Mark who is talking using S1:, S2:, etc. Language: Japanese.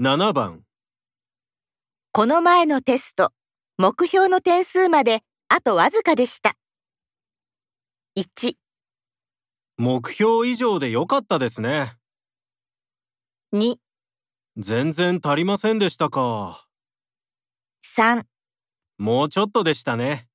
S1: 7番、
S2: この前のテスト、目標の点数まであとわずかでした。1、
S1: 目標以上で良かったですね。
S2: 2、
S1: 全然足りませんでしたか。
S2: 3
S1: もうちょっとでしたね。